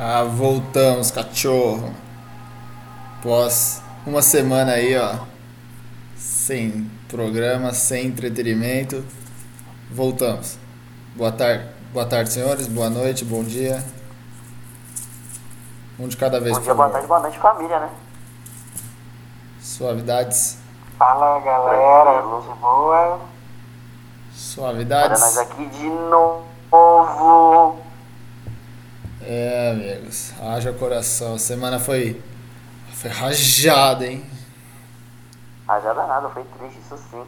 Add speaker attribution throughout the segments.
Speaker 1: Ah, Voltamos, cachorro. Pós uma semana aí, ó. Sem programa, sem entretenimento. Voltamos. Boa tarde, boa tarde, senhores. Boa noite, bom dia. Um de cada vez,
Speaker 2: Bom
Speaker 1: por
Speaker 2: dia, boa
Speaker 1: favor.
Speaker 2: tarde, boa noite, família, né?
Speaker 1: Suavidades.
Speaker 2: Fala, galera, luz e boa. Olha
Speaker 1: Suavidades.
Speaker 2: nós aqui de novo.
Speaker 1: É, amigos. Haja coração. A semana foi. Foi rajada, hein?
Speaker 2: Rajada nada, é foi triste, isso sim.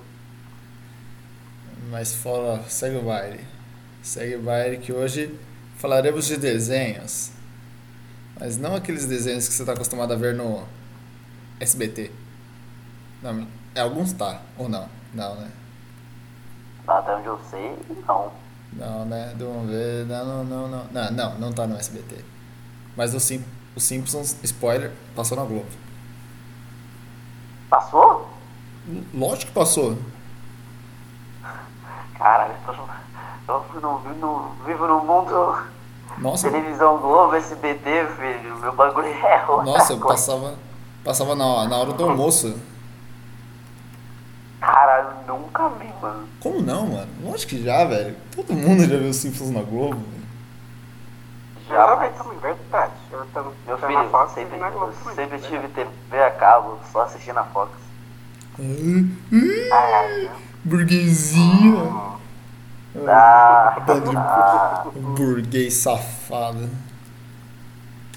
Speaker 1: Mas fala, segue o baile. Segue o baile que hoje falaremos de desenhos. Mas não aqueles desenhos que você está acostumado a ver no SBT. Não, é, alguns tá, ou não. Não, né?
Speaker 2: Até onde eu sei, não.
Speaker 1: Não, né? Vamos ver. Não, não, não, não. Não, não, não tá no SBT. Mas o, Sim, o Simpsons, spoiler, passou na Globo.
Speaker 2: Passou?
Speaker 1: Lógico que passou.
Speaker 2: Caralho, eu, tô- eu não, vi- não vivo no mundo
Speaker 1: Nossa,
Speaker 2: televisão Globo, SBT, filho. Meu bagulho é outra
Speaker 1: nossa, eu
Speaker 2: coisa.
Speaker 1: passava, passava na, na hora do almoço.
Speaker 2: Caralho, nunca vi, mano.
Speaker 1: Como não, mano? Lógico que já, velho. Todo mundo já viu Simpsons na Globo.
Speaker 2: Já,
Speaker 3: Já
Speaker 2: mas-
Speaker 3: vi também, verdade. Eu também.
Speaker 2: Meu
Speaker 3: tá
Speaker 2: filho,
Speaker 3: na Fox,
Speaker 2: sempre,
Speaker 3: sempre na Globo.
Speaker 2: eu sempre tive TV a cabo, só assistindo a Fox.
Speaker 3: Caralho.
Speaker 1: Burguesinha.
Speaker 2: Ah,
Speaker 1: Bando
Speaker 2: ah,
Speaker 1: de burguês safado.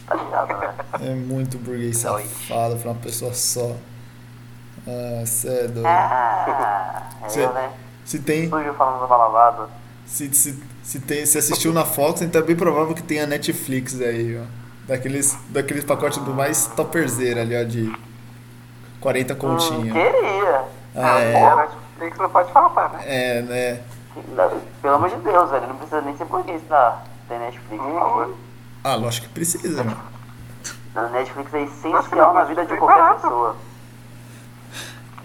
Speaker 2: tá ligado, né?
Speaker 1: É muito burguês
Speaker 2: Oi.
Speaker 1: safado pra uma pessoa só. Ah, cê é doido.
Speaker 2: Ah,
Speaker 1: Cê-
Speaker 2: eu, né?
Speaker 1: Se tem.
Speaker 2: Sujo falando mal lavado.
Speaker 1: Se, se, se tem. Se assistiu na Fox, então é bem provável que tenha Netflix aí, ó. Daqueles, daqueles pacotes do mais topperzeiro ali, ó, de 40
Speaker 2: Hum,
Speaker 1: continha.
Speaker 2: queria.
Speaker 1: Ah, é.
Speaker 3: É. Netflix não pode faltar, né?
Speaker 1: É, né?
Speaker 2: Não, Pelo amor de Deus, velho. Não precisa nem ser burguês na tem Netflix, por favor.
Speaker 1: Ah, lógico que precisa, mano.
Speaker 2: Na Netflix é
Speaker 3: Acho que não,
Speaker 2: essencial na
Speaker 3: mas
Speaker 2: vida de
Speaker 3: bem
Speaker 2: qualquer
Speaker 3: barato.
Speaker 2: pessoa.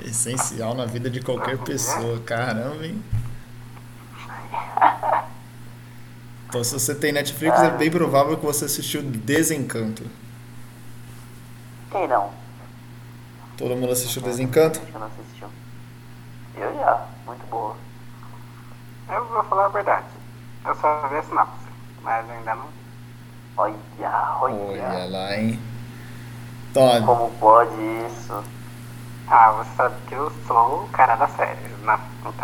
Speaker 1: Essencial na vida de qualquer pessoa, caramba, hein? Então, se você tem Netflix, é bem provável que você assistiu Desencanto.
Speaker 2: Quem não?
Speaker 1: Todo mundo assistiu Desencanto?
Speaker 2: Acho que não assistiu. Eu já. Muito boa.
Speaker 3: Eu vou falar a verdade. Eu só vi a sinopse. Mas ainda não.
Speaker 2: Olha,
Speaker 1: Olha
Speaker 2: olha.
Speaker 1: lá, hein? Então, ó,
Speaker 2: Como pode isso?
Speaker 3: Ah, você sabe que eu sou o cara da série, né? Então.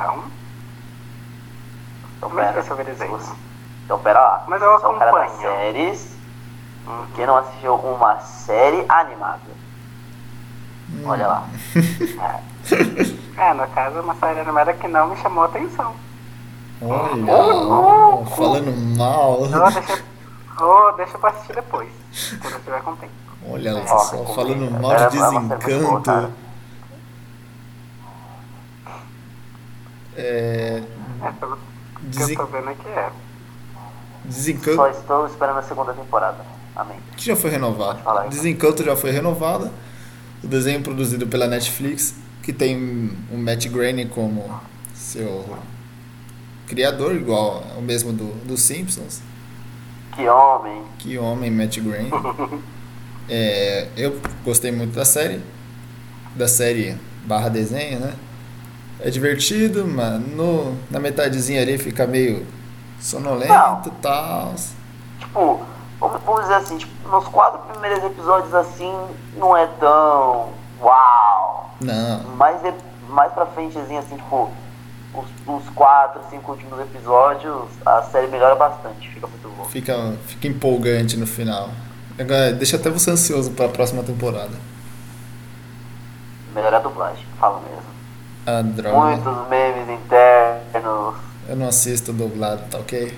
Speaker 2: Então,
Speaker 3: Como é que
Speaker 2: pera.
Speaker 3: vai ser o desenho?
Speaker 2: Então, pera lá.
Speaker 3: Mas eu
Speaker 2: Você é um cara das
Speaker 3: acompanho.
Speaker 2: séries. Hum, Quem não assistiu uma série animada? Olha lá.
Speaker 3: É, no caso, uma série animada que não me chamou atenção.
Speaker 1: olha lá, falando mal.
Speaker 3: Eu deixei. Oh, deixa pra assistir depois. Quando eu estiver com tempo.
Speaker 1: Olha lá,
Speaker 2: Ó,
Speaker 1: só
Speaker 2: comigo,
Speaker 1: falando
Speaker 2: cara,
Speaker 1: mal de
Speaker 2: é uma série muito boa, cara.
Speaker 1: Desencanto. É,
Speaker 3: É, pelo que
Speaker 1: Desen-
Speaker 3: eu tô vendo aqui é.
Speaker 1: Desencanto.
Speaker 2: Só estou esperando a segunda temporada. Amém.
Speaker 1: que já foi renovado.
Speaker 2: Pode falar, então.
Speaker 1: Desencanto já foi renovada. O desenho produzido pela Netflix, que tem o Matt Groening como seu criador, igual o mesmo do, do Simpsons.
Speaker 2: Que homem.
Speaker 1: Que homem, Matt Groening. É, eu gostei muito da série, da série barra desenho, né? É divertido, mas no, na metadezinha ali fica meio sonolento e tal.
Speaker 2: Tipo, vamos vamos dizer assim, tipo, nos quatro primeiros episódios assim, não é tão. Uau!
Speaker 1: Não,
Speaker 2: Mais, de, mais pra frentezinho, assim, tipo, os, os quatro, cinco últimos episódios, a série melhora bastante, fica muito bom.
Speaker 1: Fica, fica empolgante no final. Agora, deixa até você ansioso pra próxima temporada.
Speaker 2: Melhora a dublagem, falo mesmo.
Speaker 1: Ah, droga.
Speaker 2: Muitos memes internos.
Speaker 1: Eu não assisto dublado, tá ok?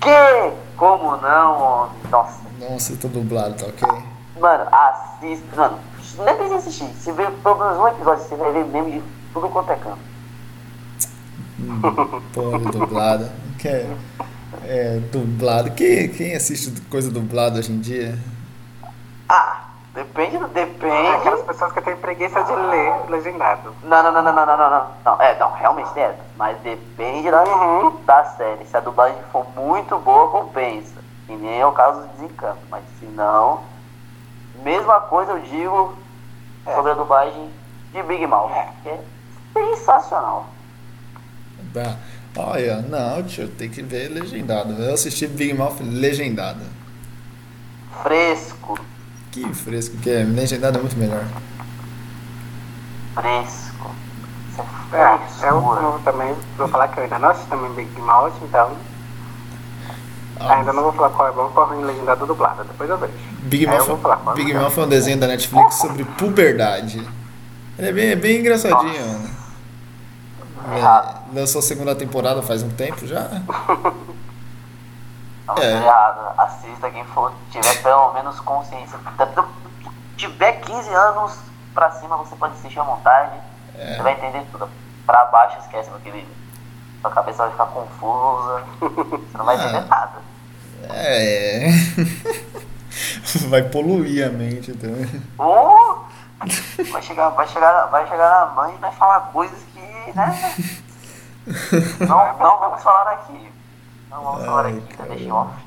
Speaker 2: Que? Como não, homem? Nossa.
Speaker 1: Não assisto dublado, tá ok?
Speaker 2: Mano, assista. Mano, não é preciso assistir. Se ver pelo menos um episódio, você vai ver meme de tudo quanto é canto.
Speaker 1: Pobre Hum, dublado. Que é, é, dublado. Quem, quem assiste coisa dublada hoje em dia?
Speaker 2: Ah, depende do.
Speaker 3: É aquelas
Speaker 2: Depende.
Speaker 3: pessoas que têm preguiça de ler legendado.
Speaker 2: Não, não, não, não, não, não, não, não, não. É, não, realmente é. Mas depende da,
Speaker 3: Uhum.
Speaker 2: da série. Se a dublagem for muito boa, compensa. Que nem é o caso do desencanto, mas se não. Mesma coisa eu digo
Speaker 3: É.
Speaker 2: sobre a dublagem de Big Mouth,
Speaker 3: É.
Speaker 2: que é sensacional.
Speaker 1: Tá. Olha, não, tio, tem que ver legendado. Eu assisti Big Mouth legendado.
Speaker 2: Fresco,
Speaker 1: Que fresco que é. Legendado é muito melhor.
Speaker 2: fresco. Isso é
Speaker 3: É, eu,
Speaker 2: frescura.
Speaker 3: eu também vou falar que eu ainda não assisti também Big Mouth, então
Speaker 1: Ah, É.
Speaker 3: ainda não vou falar qual é bom e qual é ruim legendado dublado, depois eu vejo.
Speaker 1: Big
Speaker 3: Aí eu vou falar
Speaker 1: Mouth,
Speaker 3: qual é
Speaker 1: Big
Speaker 3: melhor.
Speaker 1: Mouth é um desenho da Netflix sobre puberdade. Ele é bem, é bem engraçadinho. né?
Speaker 2: Errado.
Speaker 1: É, lançou a segunda temporada faz um tempo já. né?
Speaker 2: Não,
Speaker 1: É.
Speaker 2: tá errado. Assista quem for, tiver pelo menos consciência. Tanto- Tiver 15 anos pra cima, você pode assistir à vontade.
Speaker 1: É.
Speaker 2: Você vai entender tudo. Pra baixo, esquece, meu querido. Sua cabeça vai ficar confusa. Você não vai
Speaker 1: Ah.
Speaker 2: entender nada.
Speaker 1: É. Vai poluir a mente também.
Speaker 2: Ou vai chegar, vai chegar, vai chegar na mãe e vai falar coisas que, né? Não, não vamos falar aqui. Não vamos falar
Speaker 1: Ai,
Speaker 2: aqui, tá? Deixa em
Speaker 1: caramba.
Speaker 2: off.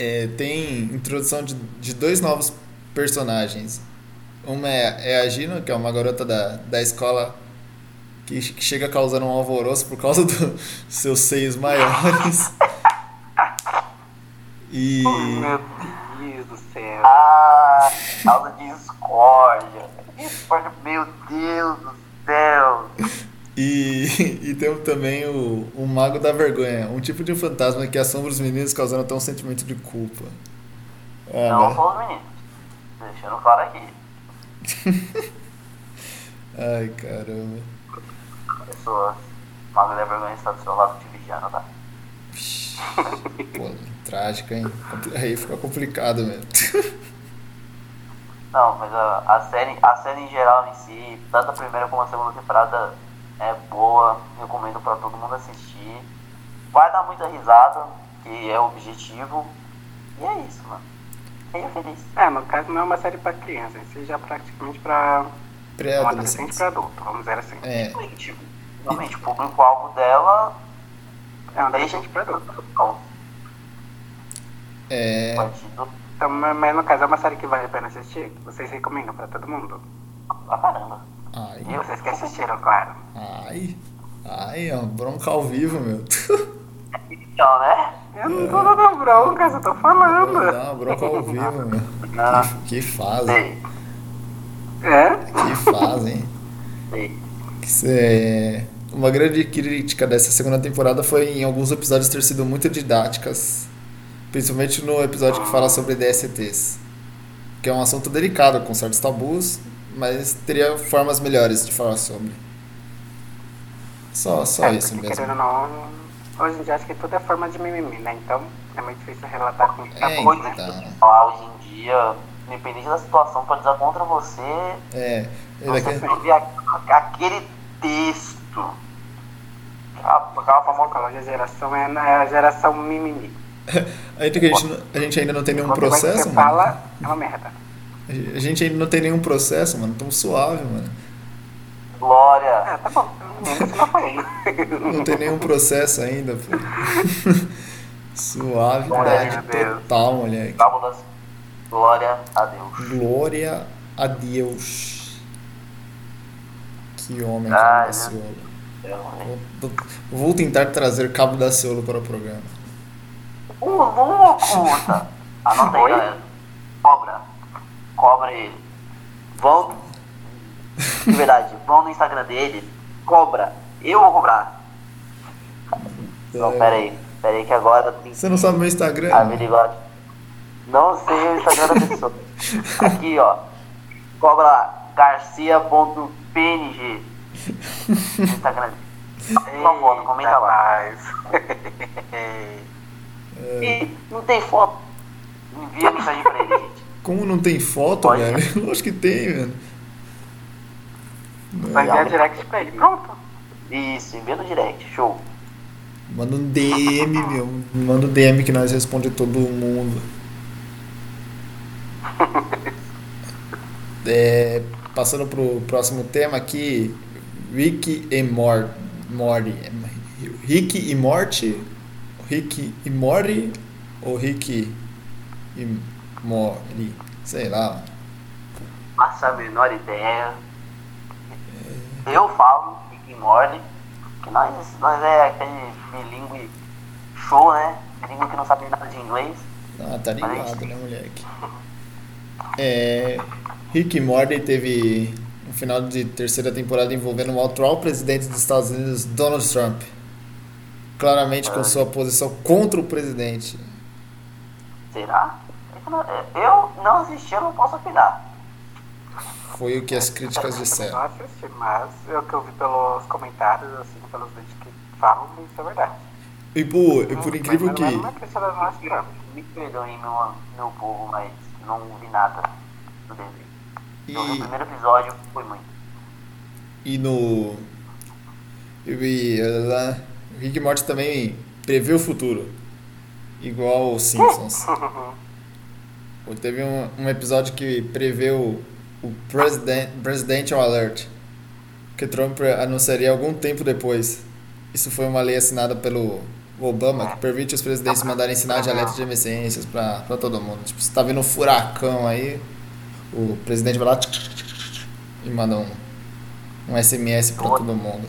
Speaker 1: É, tem introdução de, de dois novos personagens. Uma é, é a Gina, que é uma garota da, da escola que, che- que chega causando um alvoroço por causa dos seus seios maiores. E.
Speaker 3: Meu Deus do céu.
Speaker 2: Ah, causa de discórdia. Discórdia, Meu Deus do céu.
Speaker 1: E, e tem também o, o Mago da Vergonha, um tipo de fantasma que assombra os meninos causando até um sentimento de culpa. Ah,
Speaker 2: Não
Speaker 1: né?
Speaker 2: são os meninos. Deixando claro aqui.
Speaker 1: Ai, caramba.
Speaker 2: Pessoas, mago da vergonha está do seu lado te vigiando, tá?
Speaker 1: Pô, trágica, hein? Compli- Aí fica complicado mesmo.
Speaker 2: Não, mas a, a série, a série em geral em si, tanto a primeira como a segunda temporada é boa, recomendo pra todo mundo assistir. Vai dar muita risada, que é o objetivo. E é isso, mano. Seja feliz.
Speaker 3: É, no caso não é uma série pra criança, isso já é praticamente pra um adolescente
Speaker 1: Pré-adolescente.
Speaker 3: pra adulto, vamos dizer assim.
Speaker 1: É,
Speaker 2: Realmente, realmente o público-alvo dela
Speaker 3: É um Então,
Speaker 2: deixa
Speaker 3: adolescente
Speaker 2: de
Speaker 3: pra adulto.
Speaker 2: Não,
Speaker 1: é.
Speaker 2: Partido
Speaker 3: Então, mas mas no caso é uma série que vale a pena assistir? Vocês recomendam pra todo mundo?
Speaker 2: pra caramba.
Speaker 1: Ai,
Speaker 2: Eu-
Speaker 3: Vocês que assistiram, claro.
Speaker 1: ai. Ai, é uma bronca ao vivo, meu.
Speaker 2: Então, né?
Speaker 3: Eu não tô dando bronca, eu tô falando.
Speaker 1: Dá uma bronca ao vivo, meu.
Speaker 2: Ah,
Speaker 1: Que fase,
Speaker 2: sei,
Speaker 3: É?
Speaker 1: que fase, hein?
Speaker 2: sei.
Speaker 1: Que cê- Uma grande crítica dessa segunda temporada foi em alguns episódios ter sido muito didáticas, principalmente no episódio que fala sobre DSTs, que é um assunto delicado, com certos tabus, mas teria formas melhores de falar sobre. Só, só
Speaker 3: é,
Speaker 1: isso
Speaker 3: porque,
Speaker 1: mesmo.
Speaker 3: querendo ou não, hoje em dia acho que tudo é forma de mimimi, né? Então é muito difícil relatar com
Speaker 2: Tá
Speaker 1: É,
Speaker 3: tabu, né?
Speaker 1: então.
Speaker 2: Falar hoje em dia, independente da situação, pode usar contra você.
Speaker 1: É, ele
Speaker 2: Você
Speaker 1: aqui-
Speaker 2: escrever a- aquele texto. Aquela aquela
Speaker 3: A
Speaker 2: famosa.
Speaker 3: famosa geração é na- é a geração mimimi.
Speaker 1: Ainda que a gente, não- a gente ainda não tem nenhum
Speaker 3: Quanto mais
Speaker 1: processo, né?
Speaker 3: você
Speaker 1: mano.
Speaker 3: fala, é uma merda.
Speaker 1: A gente ainda não tem nenhum processo, mano. Tão suave, mano.
Speaker 2: Glória.
Speaker 3: Ah, tá bom. Menos uma farinha.
Speaker 1: Não tem nenhum processo ainda, pô.
Speaker 2: Ai,
Speaker 1: Suavidade
Speaker 2: meu Deus.
Speaker 1: total, moleque.
Speaker 2: Fábulas. Glória a Deus.
Speaker 1: Glória a Deus. Que homem,
Speaker 2: Ai,
Speaker 1: Cabo
Speaker 2: né?
Speaker 1: da Ciolo. Vou- Vou tentar trazer Cabo da Ciolo para o programa.
Speaker 2: Um louco! tá? Anota aí,
Speaker 3: Oi?
Speaker 2: galera. Cobra. Cobra ele. Vão. De verdade, vão no Instagram dele. Cobra. Eu vou cobrar. Não, pera aí. Pera aí que agora tem
Speaker 1: Você não sabe meu Instagram?
Speaker 2: a
Speaker 1: mano?
Speaker 2: Virigode. Não sei o Instagram da pessoa. Aqui, ó. Cobra lá. Garcia.png. No Instagram. Uma foto, comenta lá. E não tem foto. Envia mensagem pra ele, gente.
Speaker 1: Como não tem foto,
Speaker 2: Pode.
Speaker 1: velho? Lógico que tem, velho.
Speaker 3: Vai enviar direct pra ele. Pronto.
Speaker 2: Isso, envia no direct, show.
Speaker 1: Manda um DM, meu. Manda um DM que nós responde todo mundo. É, passando pro próximo tema aqui, Rick e Mor Morty. Rick e Morty? Rick e Morty ou Rick e Mori, sei lá.
Speaker 2: Faço a menor ideia. Eu falo Rick e Morty, que nós, nós é aquele bilíngue show, né? Gringo que não sabe nada de inglês.
Speaker 1: Ah, tá ligado, né, moleque? É, Rick e Morty teve um final de terceira temporada envolvendo o atual presidente dos Estados Unidos, Donald Trump. Claramente com sua posição contra o presidente.
Speaker 2: Será? É Eu não assisti, eu não posso opinar.
Speaker 1: Foi o que as críticas
Speaker 3: Eu
Speaker 1: disseram.
Speaker 3: não assisti, mas é o que eu vi pelos comentários, assim, pelos vídeos que falam, isso é verdade.
Speaker 1: E por, e por incrível
Speaker 3: Mas
Speaker 1: que.
Speaker 3: ela Não é questão da nossa trama.
Speaker 2: Me perdoem, meu, meu povo, mas não vi nada do desenho. Então, no
Speaker 1: E,
Speaker 2: primeiro episódio foi muito.
Speaker 1: e no. E, lá, Rick e Morty também prevê o futuro. Igual os Simpsons. Ou Teve um, um episódio que preveu o president, Presidential Alert, que Trump anunciaria algum tempo depois. Isso foi uma lei assinada pelo Obama, que permite os presidentes mandarem sinal de alerta de emergências pra pra todo mundo. Tipo, você tá vendo um furacão aí, o presidente vai lá tch, tch, tch, tch, tch, e manda um, um SMS pra todo mundo.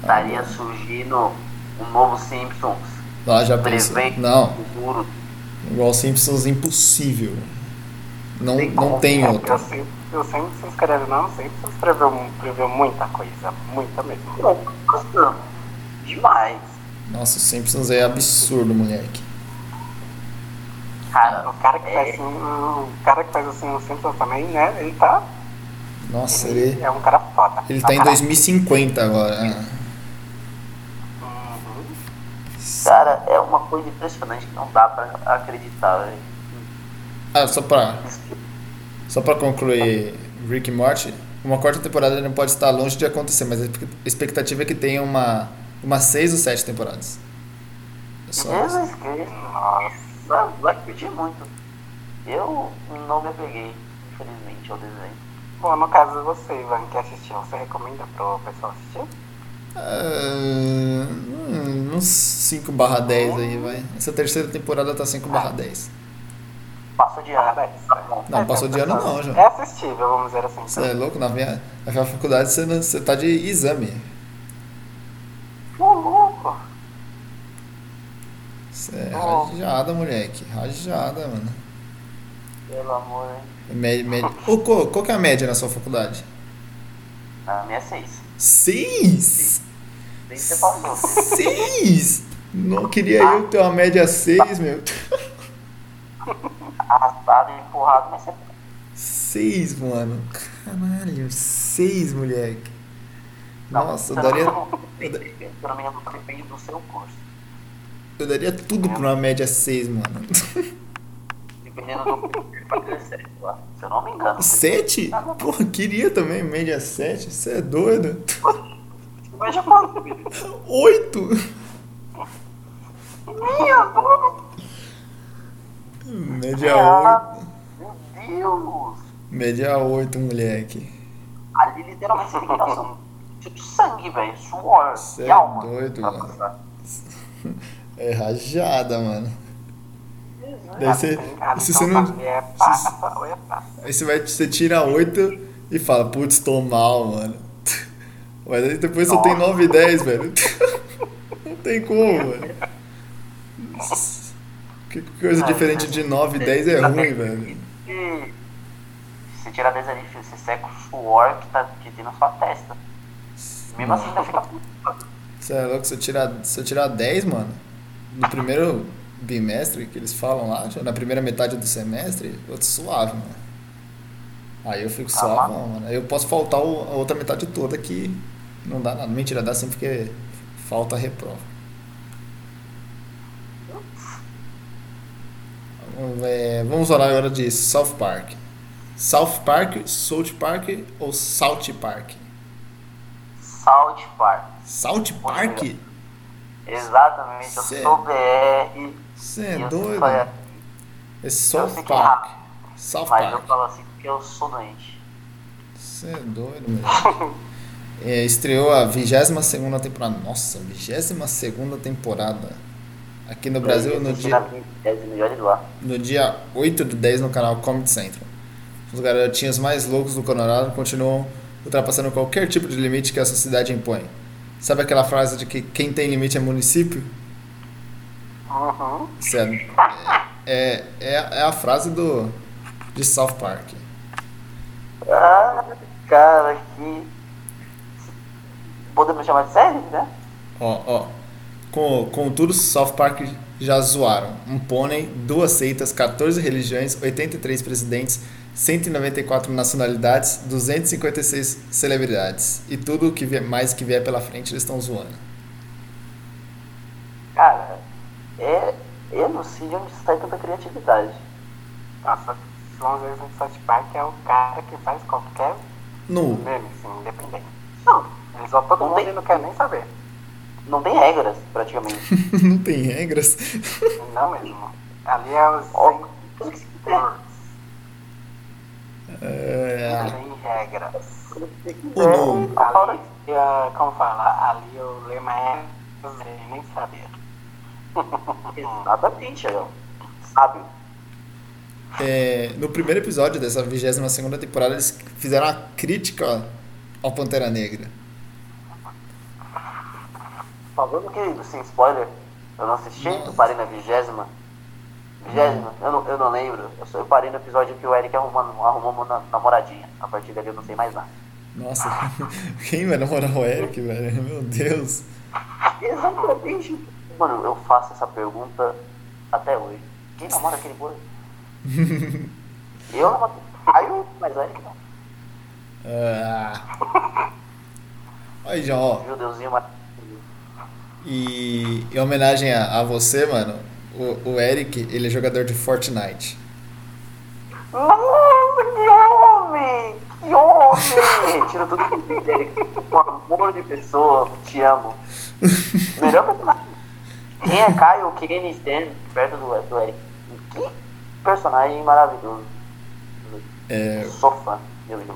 Speaker 2: Estaria surgindo um novo Simpsons.
Speaker 1: Lá já pensou.
Speaker 2: Prevê
Speaker 1: Não,
Speaker 2: o futuro.
Speaker 1: igual Simpsons, impossível. Não,
Speaker 2: Tem
Speaker 1: não
Speaker 2: como. é?
Speaker 1: tem outro.
Speaker 3: Eu sei, eu sempre se inscrevo, não, sempre se inscreveu, preveu muita coisa, muita mesmo.
Speaker 2: Nossa, demais.
Speaker 1: Nossa, o Simpsons é absurdo, moleque.
Speaker 2: Cara,
Speaker 3: O cara que faz
Speaker 2: é,
Speaker 3: assim, o cara que faz assim o Simpsons também, né? Ele tá.
Speaker 1: Nossa,
Speaker 3: Ele
Speaker 1: ele,
Speaker 3: é um cara foda.
Speaker 1: ele tá em
Speaker 3: Caraca.
Speaker 1: 2050 agora. Ah,
Speaker 3: Uhum.
Speaker 2: cara, é uma coisa impressionante que não dá pra acreditar. velho.
Speaker 1: Ah, só pra, só pra concluir Rick e Morty, uma quarta temporada não pode estar longe de acontecer, mas a expectativa é que tenha uma, uma seis ou sete temporadas. É só isso.
Speaker 2: Jesus Cristo.
Speaker 3: Nossa.
Speaker 2: Vai, vai curtir muito. Eu não me apeguei, infelizmente, ao desenho.
Speaker 3: Bom, no caso você, Ivan, que assistiu, você recomenda pro pessoal assistir?
Speaker 1: Ah, hum, uns 5 barra 10 aí, vai. Essa terceira temporada tá 5 barra 10.
Speaker 2: Passou de ano,
Speaker 3: Parabéns.
Speaker 2: tá bom.
Speaker 1: Não, passou de ano não,
Speaker 3: É
Speaker 1: já.
Speaker 3: assistível, vamos dizer assim.
Speaker 1: Você é louco? Na minha, na minha faculdade você, não- você tá de exame.
Speaker 3: Ô, louco!
Speaker 1: Você é
Speaker 3: Oh.
Speaker 1: rajada, moleque. Rajada, mano.
Speaker 2: Pelo amor, hein?
Speaker 1: Média, média. Ô, Co, qual que é a média na sua faculdade?
Speaker 2: Na Ah, minha seis.
Speaker 1: Seis?
Speaker 2: Tem que ser passou.
Speaker 1: Seis? Não queria eu ter uma média seis, meu.
Speaker 2: Arrastado, empurrado, mas é você
Speaker 1: Seis, mano. Caralho, seis, moleque.
Speaker 2: Não,
Speaker 1: Nossa, eu
Speaker 2: você
Speaker 1: daria,
Speaker 2: não-
Speaker 1: eu da-
Speaker 2: Pelo menos depende do seu curso.
Speaker 1: eu daria tudo pra uma média seis, mano.
Speaker 2: Dependendo do curso, ele vai ter sete lá. Se eu não me engano.
Speaker 1: Sete? Porra, queria também média sete. Você é doido?
Speaker 2: Mas já falou, filho.
Speaker 1: Oito?
Speaker 2: Minha nossa,
Speaker 1: Média oito.
Speaker 2: Meu Deus!
Speaker 1: Média oito, moleque.
Speaker 2: Ali literalmente você tem que dar sangue. Tipo sangue, velho. Suor
Speaker 1: Cê é
Speaker 2: e alma.
Speaker 1: doido,
Speaker 2: pra
Speaker 1: mano.
Speaker 2: passar.
Speaker 1: É rajada, mano.
Speaker 2: Jesus.
Speaker 1: Daí você, se você não.
Speaker 3: É
Speaker 1: se-
Speaker 3: passa, ou é passa.
Speaker 1: Aí você, vai, você tira 8 e fala, putz, tô mal, mano. Mas aí depois só tem 9 e 10, velho. Não tem como, velho. Que coisa diferente de 9 e 10 é ruim,
Speaker 2: assim.
Speaker 1: velho.
Speaker 2: E se tirar 10 ali, filho, você seca o suor que, tá, que tem na sua testa. Mesmo assim, ainda fica puto.
Speaker 1: Você é louco, se eu tirar, se eu tirar 10, mano, no primeiro bimestre que eles falam lá, já na primeira metade do semestre, eu tô suave, mano. Aí eu fico suave, mano. Aí eu posso faltar o- a outra metade toda que não dá nada. Mentira, dá sim porque falta reprova. É, vamos falar agora de South Park. South Park, South Park ou South Park?
Speaker 2: Salt Park.
Speaker 1: South Park?
Speaker 2: Exatamente, eu
Speaker 1: Cê-
Speaker 2: sou BR.
Speaker 1: Você
Speaker 2: e
Speaker 1: é
Speaker 2: eu
Speaker 1: doido?
Speaker 2: sou é-
Speaker 1: É South
Speaker 2: sei que
Speaker 1: Park.
Speaker 2: errado,
Speaker 1: South
Speaker 2: Mas eu
Speaker 1: Park.
Speaker 2: falo assim porque eu sou doente.
Speaker 1: Você é doido, moleque. É, estreou a 22 segunda temporada. Nossa, 22 segunda temporada. Aqui no Brasil, no
Speaker 2: Assisti
Speaker 1: dia,
Speaker 2: na quinta, dez melhores lá.
Speaker 1: no dia 8 do 10 no canal Comedy Central. Os garotinhos mais loucos do Colorado continuam ultrapassando qualquer tipo de limite que a sociedade impõe. Sabe aquela frase de que quem tem limite é município?
Speaker 3: Uhum.
Speaker 1: Isso é, é, é, é a frase do de South Park.
Speaker 2: Ah, cara, que. Podemos chamar de série, né?
Speaker 1: Ó, ó. Com, contudo, South Park já zoaram. Um pônei, duas seitas, 14 religiões, 83 presidentes, 194 nacionalidades, 256 celebridades. E tudo o que vier, mais que vier pela frente eles estão zoando.
Speaker 2: Cara, é. Eu não sei de onde sai tanta criatividade.
Speaker 3: Nossa, João Zé do South Park é o cara que faz qualquer
Speaker 1: No,
Speaker 3: meme, assim, independente. Não, ele só todo
Speaker 2: Não
Speaker 3: mundo
Speaker 2: tem-
Speaker 3: e não quer nem saber.
Speaker 2: Não tem regras, praticamente.
Speaker 1: não tem regras.
Speaker 3: Não mesmo. Ali é os
Speaker 2: Ó,
Speaker 3: sem
Speaker 2: tudo que se quiser.
Speaker 3: cores,
Speaker 1: É,
Speaker 3: sem regras.
Speaker 1: o no,
Speaker 2: A hora
Speaker 3: Ali,
Speaker 2: que-
Speaker 3: ah, como fala, ali o lema é "Você nem saber.
Speaker 2: Exatamente, aí, ó. Sábio.
Speaker 1: é, no primeiro episódio dessa 22 segunda temporada eles fizeram uma crítica ao Pantera Negra.
Speaker 2: Falando que, sem spoiler, eu não assisti, eu parei na vigésima. Vigésima? Eu não, eu não lembro. Eu, só, eu parei no episódio que o Eric arrumou, arrumou uma na- namoradinha. A partir dali eu não sei mais nada.
Speaker 1: Nossa, quem vai namorar o Eric, velho? Meu Deus.
Speaker 2: Exatamente. Mano, eu faço essa pergunta até hoje. Quem tá namora aquele boi? eu namoro. Aí eu, mas o Eric não.
Speaker 1: Ah. Aí, João, ó,
Speaker 2: Judeuzinho, mas.
Speaker 1: e em homenagem a, a você, mano, o, o Eric, ele é jogador de Fortnite.
Speaker 2: Nossa, que homem! Que homem! Tira tudo que tem dele. Um amor de pessoa, te amo. Melhor personagem. Quem é Caio, Kenny, Stan, perto do, do Eric? Que personagem maravilhoso.
Speaker 1: É,
Speaker 2: Sou fã dele.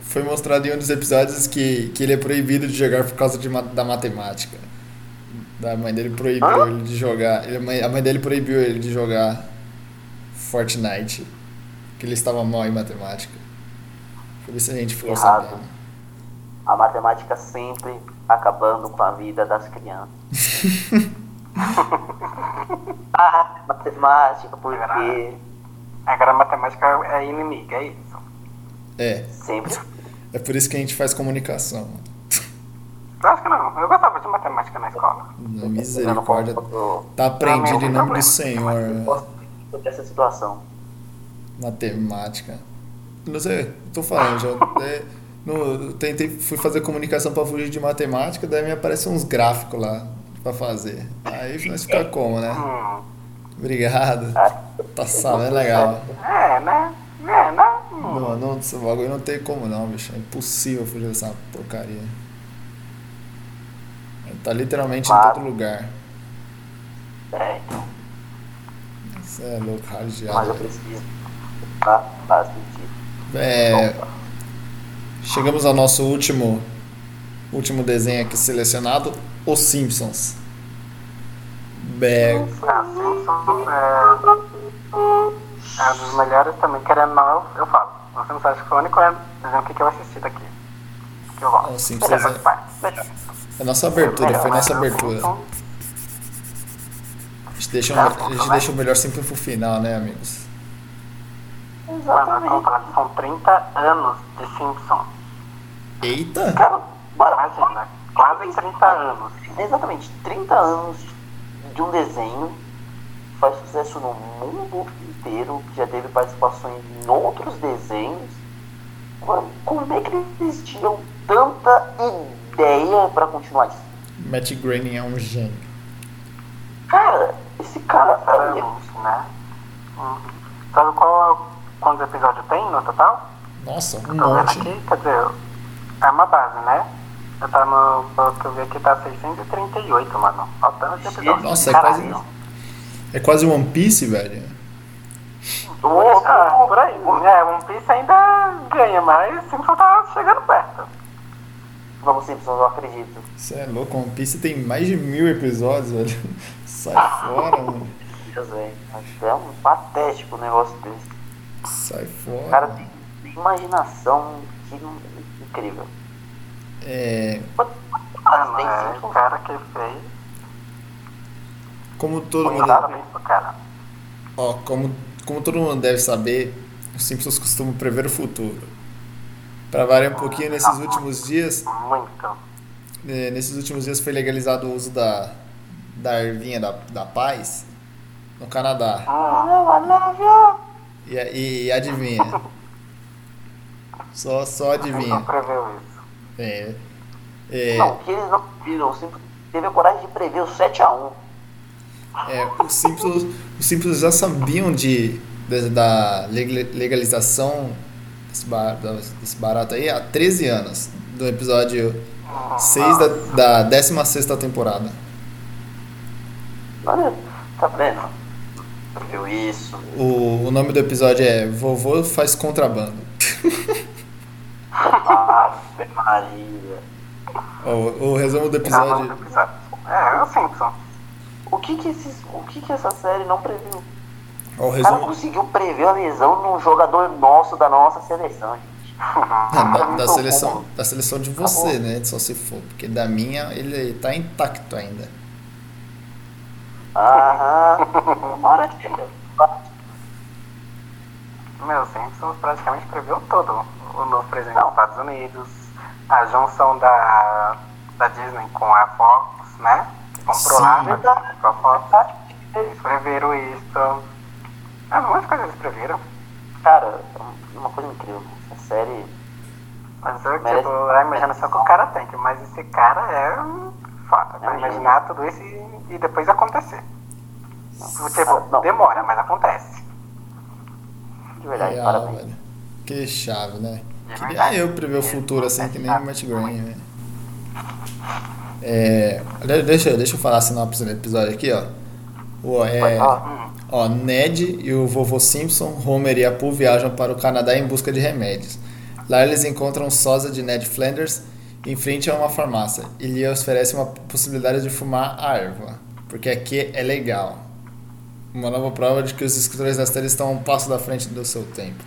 Speaker 1: foi mostrado em um dos episódios que, que ele é proibido de jogar por causa de, ma- da matemática. Da mãe dele proibiu
Speaker 2: Hã?
Speaker 1: ele de jogar. ele- a mãe- a mãe dele proibiu ele de jogar Fortnite. Que ele estava mal em matemática. Por isso a gente ficou
Speaker 2: Errado.
Speaker 1: sabendo.
Speaker 2: A matemática sempre acabando com a vida das crianças. ah, matemática, por quê?
Speaker 3: Agora a matemática é inimiga, é isso.
Speaker 1: É,
Speaker 2: Sempre.
Speaker 1: é por isso que a gente faz comunicação. mano.
Speaker 3: Eu acho que não. Eu gostava de matemática na escola.
Speaker 1: Na misericórdia.
Speaker 2: Eu
Speaker 1: Tá apreendido
Speaker 3: Amém.
Speaker 2: Ah,
Speaker 1: em nome do
Speaker 3: Amém.
Speaker 1: Senhor.
Speaker 2: não sobre essa situação.
Speaker 1: Matemática. Não sei, tô falando, já até- no, eu tentei, fui fazer comunicação pra fugir de matemática, daí me aparecem uns gráficos lá pra fazer. Aí nós fica como, né?
Speaker 3: Hum.
Speaker 1: Obrigado. Tá sabendo legal.
Speaker 3: É, né? É, né? Hum.
Speaker 1: Não, não, esse bagulho não tem como não, bicho. É impossível fugir dessa porcaria. Tá literalmente em
Speaker 2: Claro.
Speaker 1: todo lugar.
Speaker 2: É, então,
Speaker 1: Isso é louco,
Speaker 2: mas
Speaker 1: radiado.
Speaker 2: eu preciso. Tá? Faz sentido.
Speaker 1: É, chegamos ao nosso último último desenho aqui selecionado, Os Simpsons. É,
Speaker 3: Ah, Simpsons é, é um dos melhores também, querendo ou não, eu, eu falo. O Simpsons acho que foi o único exemplo que eu assisti daqui. Que eu gosto.
Speaker 1: Os Simpsons
Speaker 3: Melhor
Speaker 1: é-
Speaker 3: parte.
Speaker 1: a é nossa abertura, foi nossa
Speaker 3: Mas o
Speaker 1: abertura.
Speaker 3: Simpsons-
Speaker 1: A gente deixa, um- a gente deixa o melhor sempre pro final, né, amigos?
Speaker 3: Mano, vamos falar que são 30 anos de Simpsons.
Speaker 1: Eita!
Speaker 2: Cara, bora. né?
Speaker 3: Imagina, quase 30 anos.
Speaker 2: Exatamente, 30 anos de um desenho faz sucesso no mundo inteiro, já teve participações em outros desenhos. Mano, Como é que eles tinham tanta ideia pra continuar isso?
Speaker 1: Matt Groening é um gênio.
Speaker 2: Cara, esse cara. é
Speaker 3: Anos, né? Hum. Sabe qual, é o- quantos episódios tem no total?
Speaker 1: Nossa, um
Speaker 3: Tô vendo
Speaker 1: monte.
Speaker 3: aqui, quer dizer, é uma base, né? Eu tá no. pelo que eu vi aqui tá 638, mano. Faltando esse episódio.
Speaker 1: Nossa, é
Speaker 3: Caralho.
Speaker 1: quase, é quase One Piece, velho.
Speaker 3: Ah, por aí. É, One Piece ainda ganha, mas Simpsons tá chegando perto.
Speaker 2: Vamos Simpsons, eu acredito.
Speaker 1: Isso é louco, One Piece tem mais de mil episódios, velho. Sai fora, mano.
Speaker 2: Deus, velho. É um patético o negócio desse.
Speaker 1: Sai
Speaker 2: O
Speaker 1: fora.
Speaker 2: cara tem tem imaginação que não- incrível.
Speaker 1: É,
Speaker 3: Ah,
Speaker 2: Ah,
Speaker 3: não,
Speaker 2: tem
Speaker 3: é,
Speaker 2: cinco-
Speaker 3: o cara que fez.
Speaker 1: como todo
Speaker 3: Não
Speaker 1: mundo,
Speaker 3: dá bem pro cara.
Speaker 1: ó, como, como todo mundo deve saber, os Simpsons costumam prever o futuro. Para variar um pouquinho, nesses últimos dias,
Speaker 3: Muito.
Speaker 1: É, nesses últimos dias foi legalizado o uso da, da ervinha da, da paz no Canadá.
Speaker 3: Hum,
Speaker 2: Não, não, não.
Speaker 1: E, e, adivinha? Só, só
Speaker 3: não
Speaker 1: adivinha.
Speaker 3: preveu isso.
Speaker 1: É, é,
Speaker 2: Não, que eles não viram. O Simpsons teve a coragem de prever o 7x1.
Speaker 1: é, os, Simpsons, os Simpsons já sabiam de, de- da legal- legalização desse, bar, desse barato aí há 13 anos, do episódio 6 da, da 16 temporada.
Speaker 2: Olha, tá vendo? Viu isso?
Speaker 1: O, o nome do episódio é Vovô faz contrabando.
Speaker 2: Ave Maria.
Speaker 1: É O, o resumo do
Speaker 3: Ah, não,
Speaker 1: episódio.
Speaker 3: do episódio. É, é o Simpson.
Speaker 2: O que que, esses, o que que essa série não previu?
Speaker 1: ó, é o
Speaker 2: O cara
Speaker 1: resumo
Speaker 2: conseguiu prever a lesão num jogador nosso da nossa seleção, gente.
Speaker 1: Ah, da,
Speaker 2: Não
Speaker 1: da
Speaker 2: tem
Speaker 1: seleção,
Speaker 2: como.
Speaker 1: da seleção de você,
Speaker 2: Acabou.
Speaker 1: né? Só se for, porque da minha ele tá intacto ainda.
Speaker 2: Aham. Bora, chega.
Speaker 3: Meu, Simpsons praticamente preveu todo. O novo presidente dos Estados Unidos, a junção da, da Disney com a Fox, né? Que comprou
Speaker 1: Sim.
Speaker 3: lá a Disney com a Fox. Eles preveram isso. Ah, muitas coisas eles previram.
Speaker 2: Cara, é uma coisa incrível. Essa série.
Speaker 3: Mas eu,
Speaker 2: Merece-
Speaker 3: tipo, a imaginação que o cara tem. que- Mas esse cara é um foda. Pra
Speaker 2: É um
Speaker 3: imaginar tudo isso e, e depois acontecer. Tipo,
Speaker 2: Não.
Speaker 3: demora, mas acontece.
Speaker 2: De verdade,
Speaker 1: Real,
Speaker 2: parabéns.
Speaker 1: velho. Que chave, né?
Speaker 3: É
Speaker 1: Queria
Speaker 3: verdade.
Speaker 1: eu prever o futuro assim, que nem o
Speaker 3: É.
Speaker 2: tá
Speaker 1: Matt Groening, né? É, de- deixa, eu- deixa eu falar a sinopse do episódio aqui, ó. Ó, é,
Speaker 3: Hum,
Speaker 2: falar.
Speaker 1: ó, Ned e o vovô Simpson, Homer e Apu viajam para o Canadá em busca de remédios. Lá eles encontram o sósia de Ned Flanders em frente a uma farmácia e lhe oferece uma possibilidade de fumar a erva, porque aqui é legal. Uma nova prova de que os escritores da série estão a um passo da frente do seu tempo.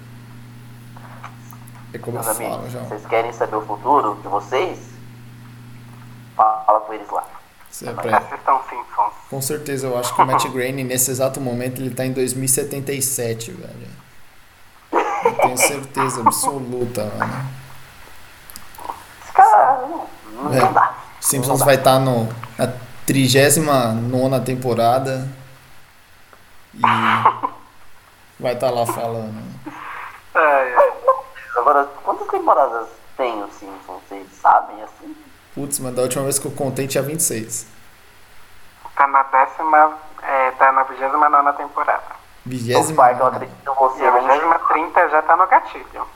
Speaker 1: É como eu
Speaker 2: Meus
Speaker 1: falo,
Speaker 2: amigos,
Speaker 1: João.
Speaker 2: vocês querem saber o futuro de vocês? Fala com eles lá.
Speaker 1: Isso é pra-
Speaker 3: Assistam Simpsons.
Speaker 1: Com certeza, eu acho que o Matt Groening, nesse exato momento, ele tá em 2077, velho. Eu tenho certeza absoluta, mano.
Speaker 2: Esse cara não, não
Speaker 1: É.
Speaker 2: dá.
Speaker 1: Simpsons vai estar no, na 39 temporada. E. Vai estar lá falando.
Speaker 3: Ai, ai.
Speaker 2: Agora, quantas temporadas tem o Simpsons? Vocês sabem assim?
Speaker 1: Putz, mano, da última vez que eu contei tinha 26.
Speaker 3: Tá na décima. É, tá na 29 temporada.
Speaker 2: South
Speaker 1: 20
Speaker 2: Park, então eu acredito em
Speaker 3: E a
Speaker 2: você. né? Vamos
Speaker 3: 30 já tá no gatilho.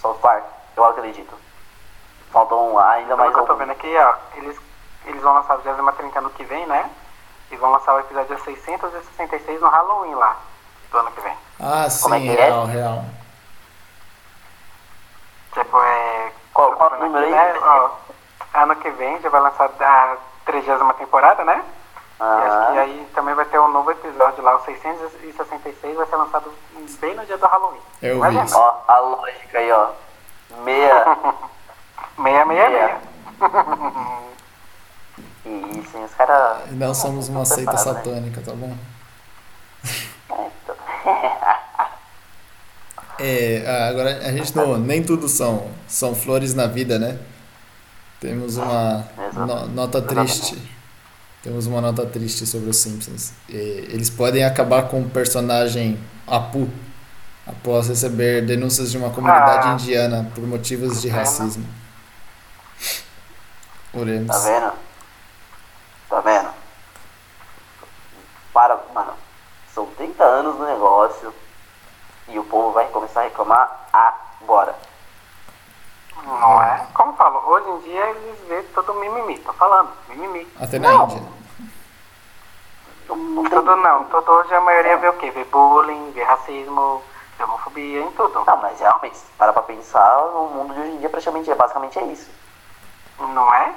Speaker 2: South Park, eu acredito. Faltam ainda
Speaker 3: Mas
Speaker 2: mais um
Speaker 3: que eu tô
Speaker 2: alguns.
Speaker 3: vendo aqui, ó, eles, eles vão lançar a 30 ano que vem, né? E vão lançar o episódio 666 no Halloween lá, do ano que vem.
Speaker 1: Ah, sim,
Speaker 2: Como é que é?
Speaker 1: real, real.
Speaker 3: Tipo, é.
Speaker 2: Qual- qual
Speaker 3: tô vendo
Speaker 2: número
Speaker 3: aqui,
Speaker 2: aí?
Speaker 3: né, ó, ano que vem já vai lançar a 30 temporada, né? E acho que
Speaker 2: Ah,
Speaker 3: aí também vai ter um novo episódio lá, o 666 vai ser lançado bem no dia do Halloween.
Speaker 1: Eu
Speaker 3: Vai
Speaker 1: vi
Speaker 3: vendo.
Speaker 1: isso.
Speaker 2: ó, a lógica aí, ó. Meia.
Speaker 3: 666.
Speaker 2: Que isso, hein? Os caras.
Speaker 1: Não somos uma seita
Speaker 2: né?
Speaker 1: satânica, tá bom? É, ah, agora a gente não, nem tudo são, são flores na vida, né? Temos uma
Speaker 2: É, Exato.
Speaker 1: no- nota triste. Temos uma nota triste sobre os Simpsons. E eles podem acabar com o personagem Apu após receber denúncias de uma comunidade
Speaker 3: Ah.
Speaker 1: indiana por motivos de
Speaker 3: Tá vendo?
Speaker 1: racismo. Oremos.
Speaker 2: Tá vendo? Tá vendo? Para, mano. São 30 anos no negócio e o povo vai começar a reclamar agora.
Speaker 3: Não é? Como eu falo, hoje em dia eles vê todo mimimi, tô falando, mimimi.
Speaker 1: Até na
Speaker 2: Não.
Speaker 1: Índia.
Speaker 2: Não, não tem-
Speaker 3: Tudo não, tudo hoje a maioria vê o quê? Vê bullying, vê racismo, vê homofobia, em tudo.
Speaker 2: Não, mas realmente, se para pra pensar, o mundo de hoje em dia praticamente é basicamente é isso.
Speaker 3: Não é?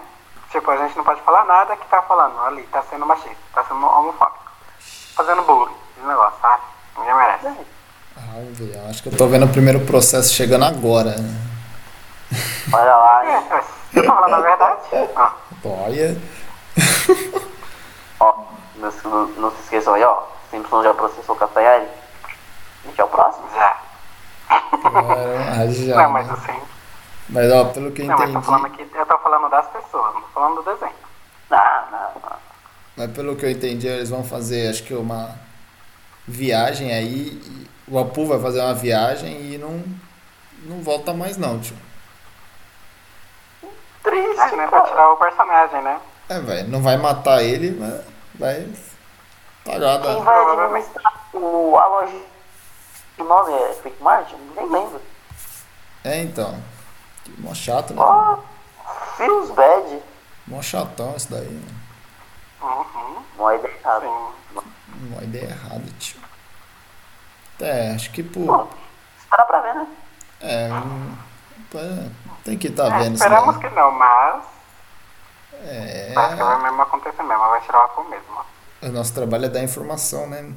Speaker 3: Tipo, a gente não pode falar nada que tá falando ali, tá sendo machista, tá sendo homofóbico. Fazendo bullying, esse negócio, sabe? Ninguém merece.
Speaker 1: Vamos ver, eu acho que eu tô vendo o primeiro processo chegando agora. né?
Speaker 2: Olha lá,
Speaker 3: É,
Speaker 2: hein?
Speaker 3: mas, se eu falar da verdade,
Speaker 2: É.
Speaker 3: Ah, ó,
Speaker 1: Olha.
Speaker 2: Ó, não, se- não- não se esqueçam aí, ó. Simpson já processou Castanhari. E tchau, próximo.
Speaker 3: já.
Speaker 1: Cara, já.
Speaker 2: Tá.
Speaker 3: Não, mas assim,
Speaker 1: Mas ó, pelo que eu
Speaker 3: não, mas tô falando
Speaker 1: entendi.
Speaker 3: aqui, eu tô falando das pessoas, não tô falando do desenho.
Speaker 2: Não, não, não.
Speaker 1: Mas pelo que eu entendi, eles vão fazer acho que uma viagem aí. e O Apu vai fazer uma viagem e não, não volta mais não, tio.
Speaker 3: É,
Speaker 2: Triste,
Speaker 3: né, pra
Speaker 2: cara.
Speaker 3: tirar o personagem, né?
Speaker 1: É, velho, não vai matar ele, mas vai pagar
Speaker 2: Quem
Speaker 1: da.
Speaker 2: vai
Speaker 3: né?
Speaker 2: administrar o, a loja de nome é Quick Mart? Nem lembro.
Speaker 1: É então. Que Mó chato, né?
Speaker 2: Ó, Feels Bad.
Speaker 1: Mó chatão isso daí, né?
Speaker 3: Uhum,
Speaker 2: Não é ideia errada.
Speaker 3: sim.
Speaker 1: Uma ideia errada, tio. É, acho que por.
Speaker 2: Será pra ver, né?
Speaker 1: É. um- pô, é, Tem que estar
Speaker 3: É,
Speaker 1: vendo isso
Speaker 3: esperamos
Speaker 1: daí.
Speaker 3: que não, mas
Speaker 1: É.
Speaker 3: acho que tá? vai mesmo acontecer mesmo, vai tirar o apu mesmo.
Speaker 1: O nosso trabalho é dar informação, né?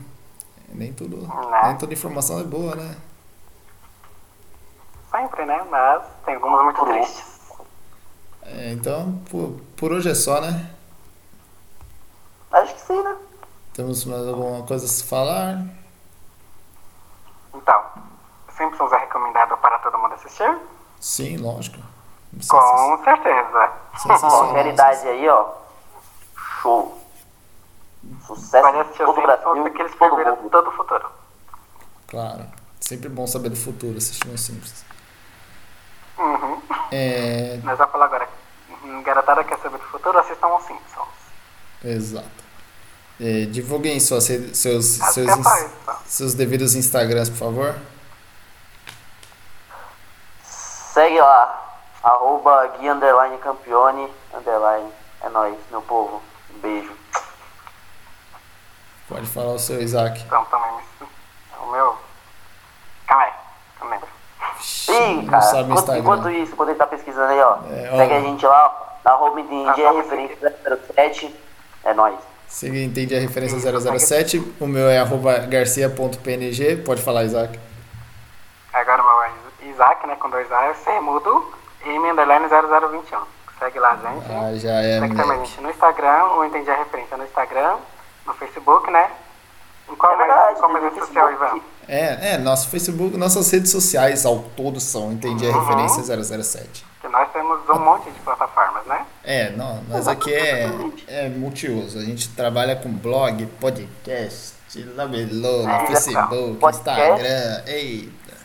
Speaker 1: Nem tudo.
Speaker 3: Né?
Speaker 1: Nem toda informação é boa, né?
Speaker 3: Sempre, né? Mas tem algumas muito
Speaker 2: Por
Speaker 3: tristes.
Speaker 2: isso.
Speaker 1: É, então, por, por hoje é só, né?
Speaker 2: Acho que sim, né?
Speaker 1: Temos mais alguma coisa a se falar?
Speaker 3: Então, Simpsons é recomendado para todo mundo assistir?
Speaker 1: Sim, lógico. Sensa-
Speaker 3: Com certeza.
Speaker 1: Sensacional.
Speaker 2: Qualquer idade aí, ó. Show.
Speaker 3: Pode
Speaker 2: Sucesso em
Speaker 3: assistir
Speaker 2: todo
Speaker 3: os
Speaker 2: o
Speaker 3: Simpsons
Speaker 2: Brasil,
Speaker 3: assim, porque eles
Speaker 2: todo
Speaker 3: previram
Speaker 2: mundo.
Speaker 3: todo o futuro.
Speaker 1: Claro. Sempre bom saber do futuro, assistindo os Simpsons.
Speaker 3: Uhum.
Speaker 1: É.
Speaker 3: Mas vai falar agora. Hum, Garotada quer saber do futuro? Assistam os Simpsons.
Speaker 1: Exato. É, divulguem suas redes- seus,
Speaker 3: Até
Speaker 1: seus, ins-
Speaker 3: mais, tá?
Speaker 1: seus devidos Instagrams, por favor.
Speaker 2: Segue lá. Arroba guia underline campione underline. É nóis, meu povo. Um beijo.
Speaker 1: Pode falar o seu Isaac.
Speaker 3: Então também me... O meu... Calma aí. Não lembro.
Speaker 2: Ih,
Speaker 1: não
Speaker 2: cara,
Speaker 1: sabe o
Speaker 2: enquanto,
Speaker 1: Instagram.
Speaker 2: enquanto isso, quando ele tá pesquisando aí, ó.
Speaker 1: É, ó.
Speaker 2: Segue a gente lá, ó. Na arroba entendi,
Speaker 3: Ah,
Speaker 2: é
Speaker 3: tá,
Speaker 2: referência 07. É nóis.
Speaker 1: Seguinte, entendi a referência 007. O meu é arroba garcia.png. Pode falar, Isaac.
Speaker 3: Agora o meu é Isaac, né? Com dois A. Eu sei, mudo. M underline 0021. Segue lá, gente.
Speaker 2: Hum,
Speaker 1: Ah, já é,
Speaker 3: Segue também a
Speaker 1: moleque.
Speaker 3: gente no Instagram, ou entendi a referência no Instagram, no Facebook, né? Em qual
Speaker 2: É
Speaker 3: mais,
Speaker 2: verdade,
Speaker 3: qual mais
Speaker 2: tem
Speaker 3: rede
Speaker 2: no
Speaker 3: social,
Speaker 2: Facebook.
Speaker 3: Ivan?
Speaker 1: É, é, nosso Facebook, nossas redes sociais ao todo são entendi
Speaker 2: Uhum.
Speaker 1: a referência 007.
Speaker 3: Que nós temos um monte de plataformas, né?
Speaker 1: É, não, nós aqui é, é multiuso. A gente trabalha com blog, podcast, labelô,
Speaker 2: É,
Speaker 1: Facebook,
Speaker 2: podcast.
Speaker 1: Instagram, eita.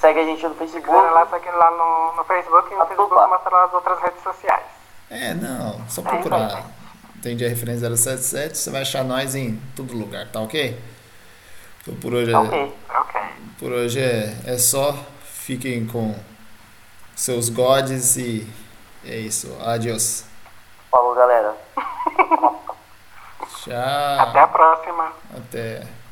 Speaker 2: Segue a gente no
Speaker 3: Bora lá,
Speaker 2: Facebook.
Speaker 3: segue lá no, no Facebook e no
Speaker 2: Tá tudo
Speaker 3: Facebook
Speaker 2: lá.
Speaker 3: mostra lá as outras redes sociais.
Speaker 1: É, não, só
Speaker 3: vai,
Speaker 2: então.
Speaker 1: procurar. Entendi a referência 077, você vai achar nós em todo lugar, tá ok? Então por hoje é,
Speaker 2: Tá Ok.
Speaker 3: Ok.
Speaker 1: Por hoje é, é só. Fiquem com seus gods e é isso. Adiós.
Speaker 2: Falou, galera.
Speaker 1: Tchau.
Speaker 3: Até a próxima.
Speaker 1: Até.